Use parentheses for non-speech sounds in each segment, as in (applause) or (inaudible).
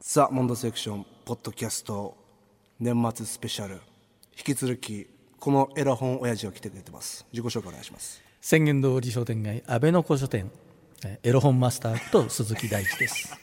ザ・モンドセクションポッドキャスト年末スペシャル引き続きこのエラ本親父が来てくれてます自己紹介お願いします宣言通り商店街安倍の古書店えエロ本マスターこと鈴木大地です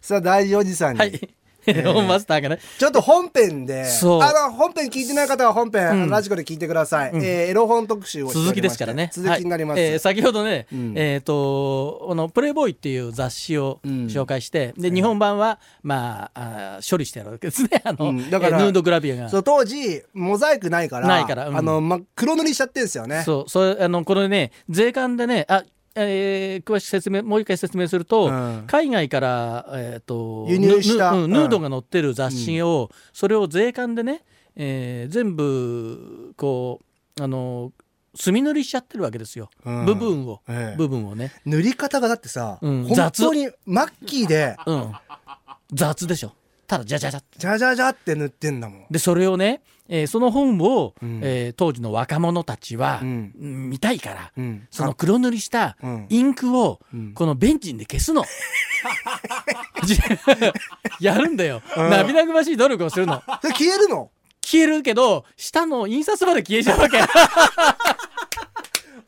さあ大事おじさんに、はいエロ本マスターがねちょっと本編で、そうあの本編聞いてない方は本編、ラジコで聞いてください。えーエロ本特集をしておりま続してきですからね続きになります。はいえー先ほどね、えっ、とこの「プレイボーイ」っていう雑誌を紹介して、で日本版はまああー処理してあるわけですねあの、うんだからえーヌードグラビアがそう当時モザイクないから、ないからうんあのま黒塗りしちゃってんですよね。そう、それあのこれね、税関でね、あえー詳しく説明もう一回説明すると、うん海外から、えー、と輸入したヌヌうんうんヌードが載ってる雑誌を、それを税関でね、えー全部こうあの墨塗りしちゃってるわけですよ、うん部分を、ええ部分をね、塗り方がだってさ、うん本当にマッキーでうん、雑でしょただじゃじゃじゃってジャジャジャって塗ってんだもん。でそれをね、えーその本を、んえー当時の若者たちは、うん見たいから、うんその黒塗りしたうんインクを、んこのベンチンで消すの。 (laughs) じやるんだよ、涙ぐましい努力をするのそれ消えるの？消えるけど下の印刷まで消えちゃうわけ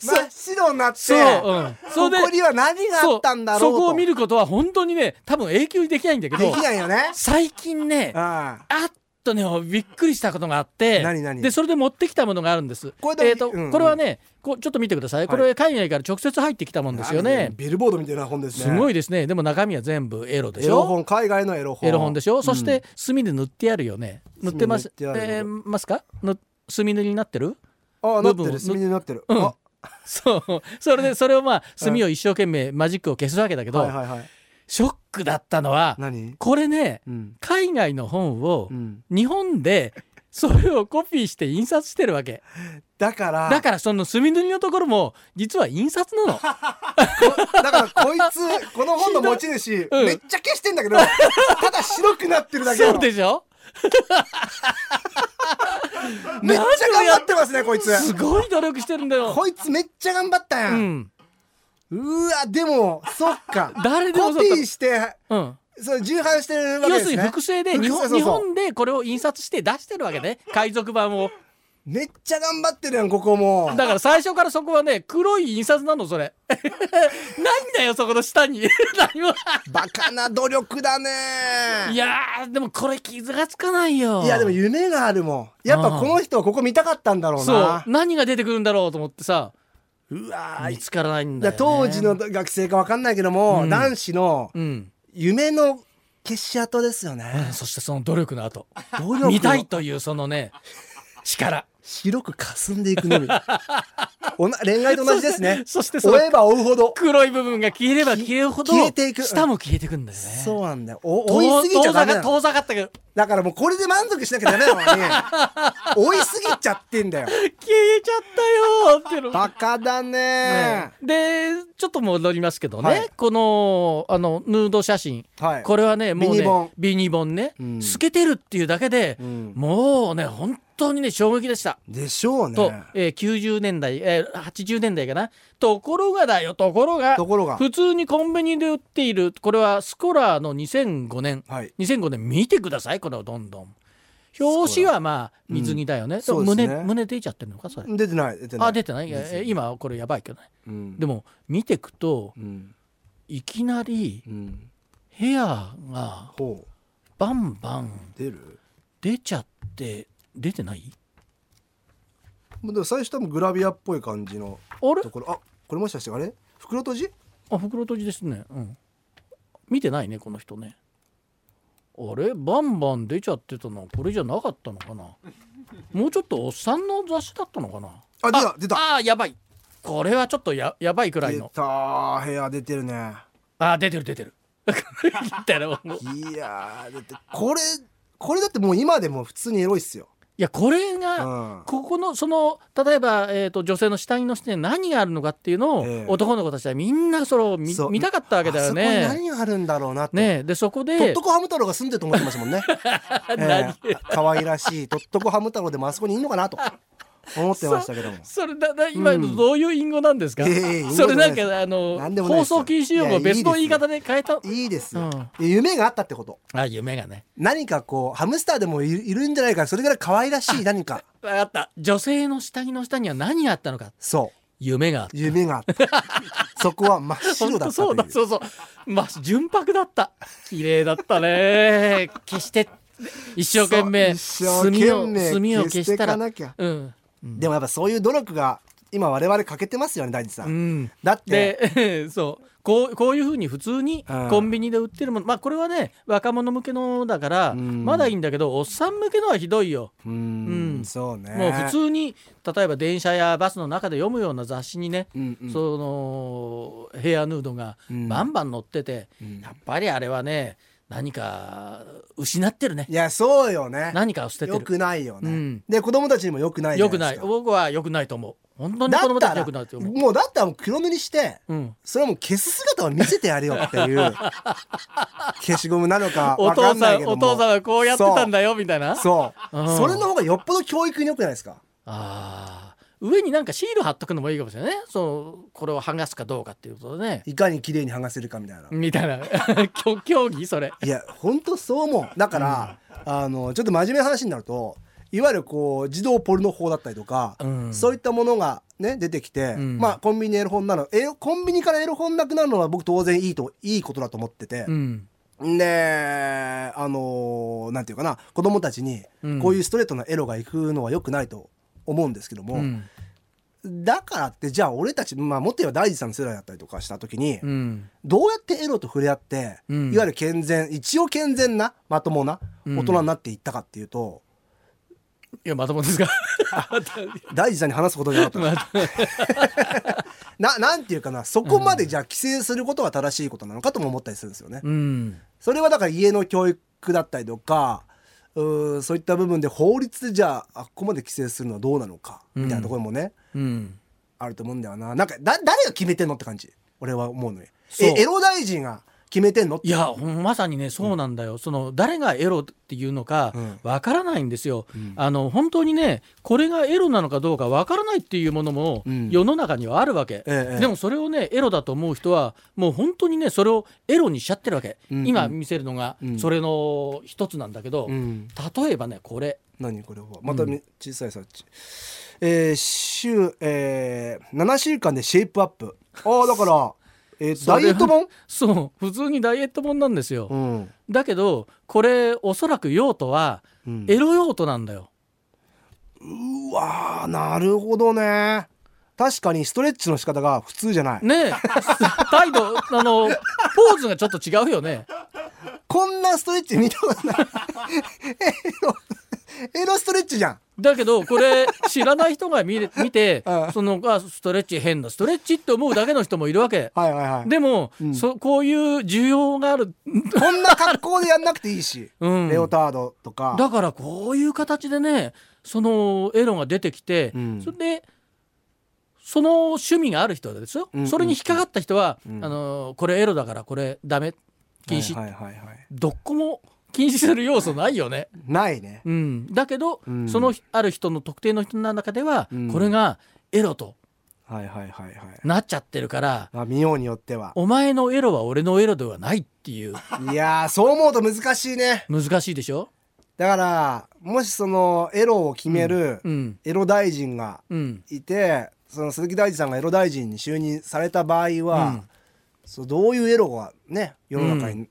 真っ白になって。そう、うん、 (laughs) そこには何があったんだろうと。そうそこを見ることは本当にね多分永久にできないんだけでどきないよね。最近ねああ。あっとねびっくりしたことがあって何何でそれで持ってきたものがあるんですこれでもえーとうんうんこれはねこうちょっと見てくださいこれ海外から直接入ってきたもんですよねビルボードみたいな本ですね。すごいいですねでも中身は全部エロでエしロょ本海外のエロ本。エロ本でしょそして墨で塗ってあるよね塗ってます墨塗ってあるえーますかぬ墨塗りになってるああなって部分る墨になってる。うんあそうそれでそれをまあ墨を一生懸命マジックを消すわけだけはいどはいはい。ショックだったのは何？これねうん海外の本をうん。日本でそれをコピーして印刷してるわけだからだからその墨塗りのところも実は印刷なのだからこいつこの本の持ち主、うんめっちゃ消してんだけどただ白くなってるだけなそのうでしょめっちゃ頑張ってますねこいつすごい努力してるんだよ、こいつめっちゃ頑張ったや、うんんうわでもそっか (laughs) 誰でもコそうピだーしてうん、そう重版してるわけ要ですするねに複製で日複本製そう日そう本でこれを印刷して出してるわけね海賊版をめっちゃ頑張ってるやんここもだから最初からそこはね黒い印刷なのそれ (laughs) ないんだよそこの下に (laughs) 何もバカな努力だねいやーでもこれ傷がつかないよいやでも夢があるもんやっぱこの人はここ見たかったんだろうそなう何が出てくるんだろうと思ってさうわー見つからないんだだよ、からね、当時の学生かわかんないけども、うん男子のうん夢の消し跡ですよね、そしてその努力の後努力を見たいというそのね力白く霞んでいくのみおな恋愛と同じですね (laughs) そしてその追えば追うほど黒い部分が消えれば消えるほど消えていく下も消えていくんだよねそうなんだよ遠お追いすぎちゃダメなの遠ざか遠ざかったけどだからもうこれで満足しなきゃダメ (laughs) なのに追いすぎちゃってんだよ消えちゃったよーっていうのバカだねねでちょっと戻りますけどね、はいこのあのヌード写真、はいこれはねもビうニボンねビニボンね、うん透けてるっていうだけで、うんもうね本当にね衝撃でした。でしょうねと、えー90年代、えー80年代かなところがだよところがところが普通にコンビニで売っているこれはスコラーの2005年はい2005年見てくださいこれをどんどん表紙はまあ水着だよね,でも、そうですね胸胸出ちゃってるのかそれ出てない出てないあ出てないいやえ今はこれやばいけどねうんでも見てくとうんいきなりうんヘアがほうバンバン出る出ちゃって出てないもうでも最初多分グラビアっぽい感じのあれところあこれもしかしてあれ袋閉じあ袋閉じですねうん見てないねこの人ねあれバンバン出ちゃってたのはこれじゃなかったのかなもうちょっとおっさんの雑誌だったのかなあ出た出たああーやばいこれはちょっとややばいくらい出のたー部屋出てるねああ出てる出てる (laughs) みたいなもういいやーだってこれこれだってもう今でも普通にエロいっすよやこれが、うんここのその例えば、えー、と女性の下着の下に何があるのかっていうのを、ええ男の子たちはみんなそれを見そう見たかったわけだよあそこにね。何があるんだろうなって、ねえでそことっでとこハム太郎が住んでる (laughs) と思ってましたもんね、ええ何可愛らしいとっとこハム太郎でもあそこにいんのかなと思ってましたけどもそれだだ今のどういう隠語なんですか、いやいやそれなん隠語じゃかあのなんでもない放ですよ送禁止用いや語いい別の言いですよ方で変えたいいですよ、うんで夢があったってことあ夢がね何かこうハムスターでもいいるんじゃないかそれぐらい可愛らしい何か分かった女性の下着の下には何があったのかそ夢があっう夢があっ (laughs) たそこは真っ白だったとい本当そううだそうそうまあ純白だった綺麗だった (laughs) ね決して一生懸命そう一生懸命炭を炭を消したら消していかなきうんでもやっぱそういう努力が今我々欠けてますよね大地さん、うんだってで (laughs) そうこうこういうふうに普通にうんコンビニで売ってるものまあこれはね若者向けのだからんまだいいんだけどおっさん向けのはひどいようーんうんそうねもう普通に例えば電車やバスの中で読むような雑誌にね、うんうんそのヘアヌードがうんバンバン載ってて、んやっぱりあれはね何か失ってるねいやそうよね何かを捨ててよるくないよね、うんで子供たちにもよくないじゃなよくいでなすいか僕はよくないと思う本当にだ子供ったたちはらよくないと思う、もうだったらもう黒塗りして、うん、それはもう消す姿を見せてやれよって (laughs) いう消しゴムなのかおわか父んなさいんけどおも父さんはこうやってたんだよみたいなそう、うんそれの方がよっぽど教育に良くないですかあー上になんかシール貼っとくのもいいかもしれないねそうこれを剥がすかどうかっていうことでねいかに綺麗に剥がせるかみたいな、みたいな (laughs) 競競技それいや本当そう思うだから、あのちょっと真面目な話になるといわゆるこう児童ポルノ法だったりとか、うんそういったものがね出てきて、うんまあコンビニエロ本なのえコンビニからエロ本なくなるのは僕当然いいといいことだと思っててう、んであのなんていうかな子供たちにうんこういうストレートなエロが行くのは良くないと思うんですけども、うんだからってじゃあ俺たち、まあ、もっと言えば大地さんの世代だったりとかした時に、うんどうやってエロと触れ合って、うんいわゆる健全一応健全なまともなうん大人になっていったかっていうと、いやまともですか (laughs) 大地さんに話すことじゃなかったななんていうかなそこまでじゃあ規制することが正しいことなのかとも思ったりするんですよね。うんそれはだから家の教育だったりとかうーそういった部分で法律でじゃああここまで規制するのはどうなのかみたいなところもね、うんあると思うんだよななんかだ誰が決めてんのって感じ俺は思うのよ。そうえエロ大臣が決めてんのっていやほんまさにねそうなんだよ、その誰がエロっていうのかうんわからないんですよ、あの本当にねこれがエロなのかどうかわからないっていうものもうん世の中にはあるわけ、ええでもそれをねエロだと思う人はもう本当にねそれをエロにしちゃってるわけ、うんうん今見せるのがうんそれの一つなんだけど、うん例えばねこれ何これはまため小さいさ、ちえー週、えー、7週間でシェイプアップああだから、えーそダれイエット本そう普通にダイエット本なんですよ、うん、だけどこれおそらく用途はうんエロ用途なんだよ、うわーなるほどね確かにストレッチの仕方が普通じゃない、ねえ (laughs) 態度あのポーズがちょっと違うよねこんなストレッチ見たことないエロ (laughs) エロストレッチじゃんだけどこれ知らない人が見れ見て (laughs) うんそのあストレッチ変だストレッチって思うだけの人もいるわけはいはいはいでも、んそこういう需要がある、こんな格好でやんなくていいし、うん、レオタードとかだからこういう形でねそのエロが出てきて、うんそれでその趣味がある人ですよ、うんうんそれに引っかかった人は、うんあのこれエロだからこれダメ禁止、はいはいはいはいどっこも禁止する要素ないよね。ないねうん、だけど、うんそのある人の特定の人の中では、うんこれがエロとはいはいはいはいなっちゃってるからまあ見ようによってはお前のエロは俺のエロではないっていういやーそう思うと難しいね難しいでしょだからもしそのエロを決めるうんエロ大臣がうんいてその鈴木大地さんがエロ大臣に就任された場合は、うんそうどういうエロがね世の中に、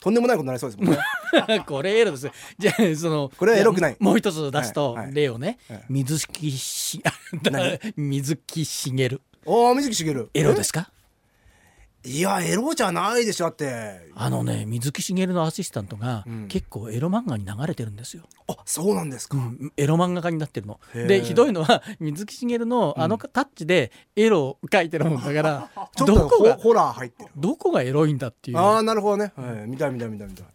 とんでもないことになりそうですもん (laughs) ねこれエロですよじゃあそのこれはエロくないやもう一つ出すと、はいはい例をね、はい水木し何水木しげるおお水木しげるエロですかえいやエロじゃないでしょだってあのね水木しげるのアシスタントが、ん結構エロ漫画に流れてるんですよあそうなんですか、うんエロ漫画家になってるの。へーでひどいのは水木しげるのあのタッチでエロを描いてるもんだから (laughs) ちょっどとこホがホラー入ってるどこがエロいんだっていうああなるほどね、はい、見たい見たい見たい見たい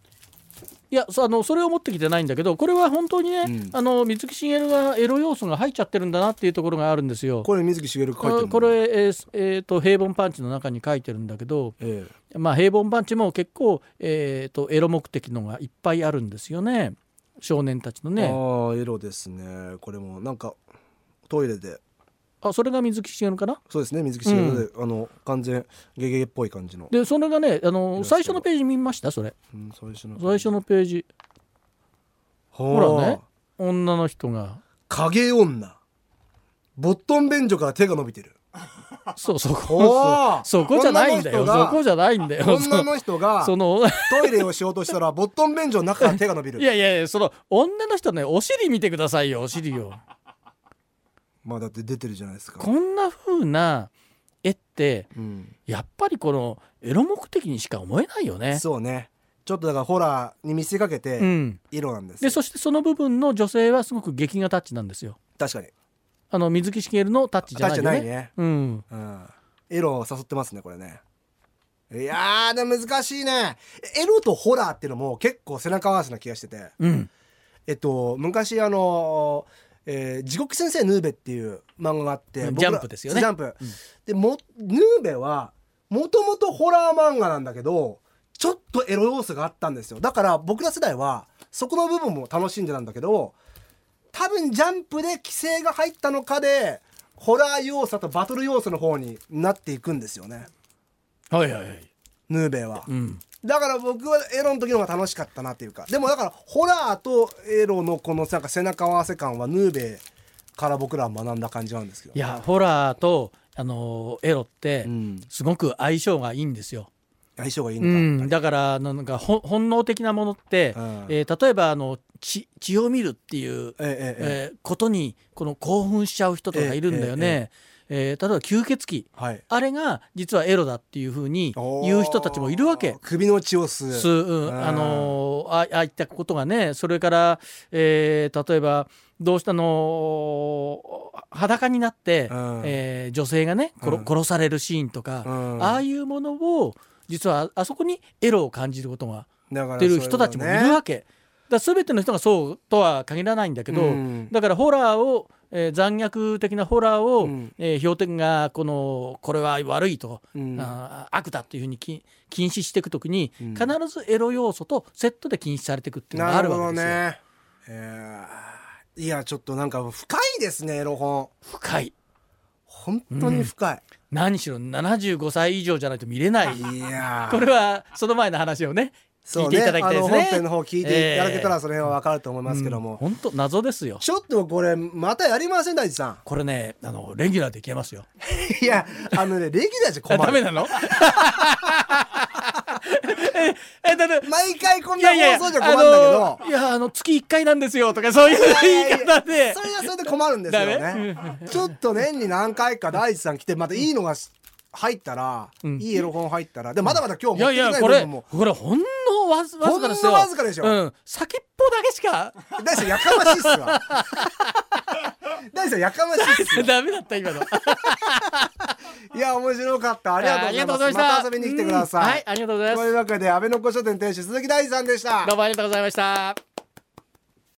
いやそあのそれを持ってきてないんだけどこれは本当にね、うんあの水木しげるがエロ要素が入っちゃってるんだなっていうところがあるんですよ。これ水木しげる書いてるあのこれ、えーすえーと「平凡パンチ」の中に書いてるんだけど、ええまあ、平凡パンチも結構、えーとエロ目的のがいっぱいあるんですよね少年たちのね。ああエロですねこれもなんかトイレであそれが水木しげるかなそうですね水木しげるで、あの完全ゲゲゲっぽい感じの、でそれがねあの最初のページ見ましたそれうん、最初の最初のページほほーらね女の (laughs) 人が影女ボットン便所から手が伸びてるそうそおこーそこじゃないんだよ女の人 (laughs) そがこじゃないんだよ女の人がそのトイレをしようとした (laughs) らボットン便所の中から手が伸びいるやいやいやその女の人ねお尻見てくださいよお尻をまあだって出てるじゃないですかこんな風な絵ってうん、やっぱりこのエロ目的にしか思えないよねそうねちょっとだからホラーに見せかけうてん、色なんです、でそしてその部分の女性はすごく劇画タッチなんですよ確かにあの水木しげるのタッチじゃ確ないかよになねいねうん、うんエロを誘ってますねこれねいやーでも難しいねエロとホラーっていうのも結構背中合わせな気がしててうん、えっと昔あのえー地獄先生ヌーベっていう漫画があってうん僕らジャンプですよねジャンプ、でもヌーベはもともとホラー漫画なんだけどちょっとエロ要素があったんですよだから僕ら世代はそこの部分も楽しんでたんだけど多分ジャンプで規制が入ったのかでホラー要素とバトル要素の方になっていくんですよねはいはいはい、ヌーベはうん、だから僕はエロの時の方が楽しかったなっていうかでもだからホラーとエロのこのなんか背中合わせ感はヌーベから僕らは学んだ感じなんですけどいやホラーと、あのーエロってうんすごく相性がいいんですよ、相性がいいのうか、ん、だからあのなんかほん本能的なものって、うんえー例えばあの血血を見るっていう、ええええええーことにこの興奮しちゃう人とかいるんだよね、えー例えば吸血鬼えはいあれが実はエロだっていうふうにおー言う人たちもいるわけ。首の血を吸うすうんうんあのーあああいったことがねそれから、えー例えばどうしたの裸になって、うんえー女性がね殺,、うん殺されるシーンとか、うんああいうものを実はああそこにエロを感じることがだから出る人たちもいるわけ。だから全ての人がそうとは限らないんだけど、うんだからホラーを、えー残虐的なホラーを、うんえー標的がこのこれは悪いと、そういうのはねあー悪だというふうにき禁止していくときに、うん必ずエロ要素とセットで禁止されていくってうんいうのがなあるるほどわけですよ。ねえーいやちょっとなんか深いですねエロ本深い本当に深い、何しろ75歳以上じゃないと見 (laughs) れないいやーこれはその前の話をねそ聞ういていただきたいですね。あの本編の方聞いていただけたらその辺は分かると思いますけども、本当謎ですよ。ちょっとこれまたやりません大地さんこれねあのレギュラー (laughs) でいけますよ。いやあのねレギュラーじゃ困あダメるなの (laughs) ええだって毎回こんいなやいやいや放送じゃ困るんだけどあのいやあの月1回なんですよとかそういう言い方でそれはそれで困るんですよダメねちょっと年に何回か大地さん来てまたいいのが入ったら、んいいエロ本入ったらでまだまだ今い日持やってきていやないこ部れ分もこれほんのわずわずかですほよんのわずかでしょうん、先っぽだけしか (laughs) 大地さんやかましいっすわ大地さんやかましいっすよダメだっ (laughs) た今のいや面白かったありがとうございますありがまた遊びに来てください、うんはいありがとうございまとすいうわけで、安倍の古書店店主、鈴木大地さんでしたど。うもありがとうございました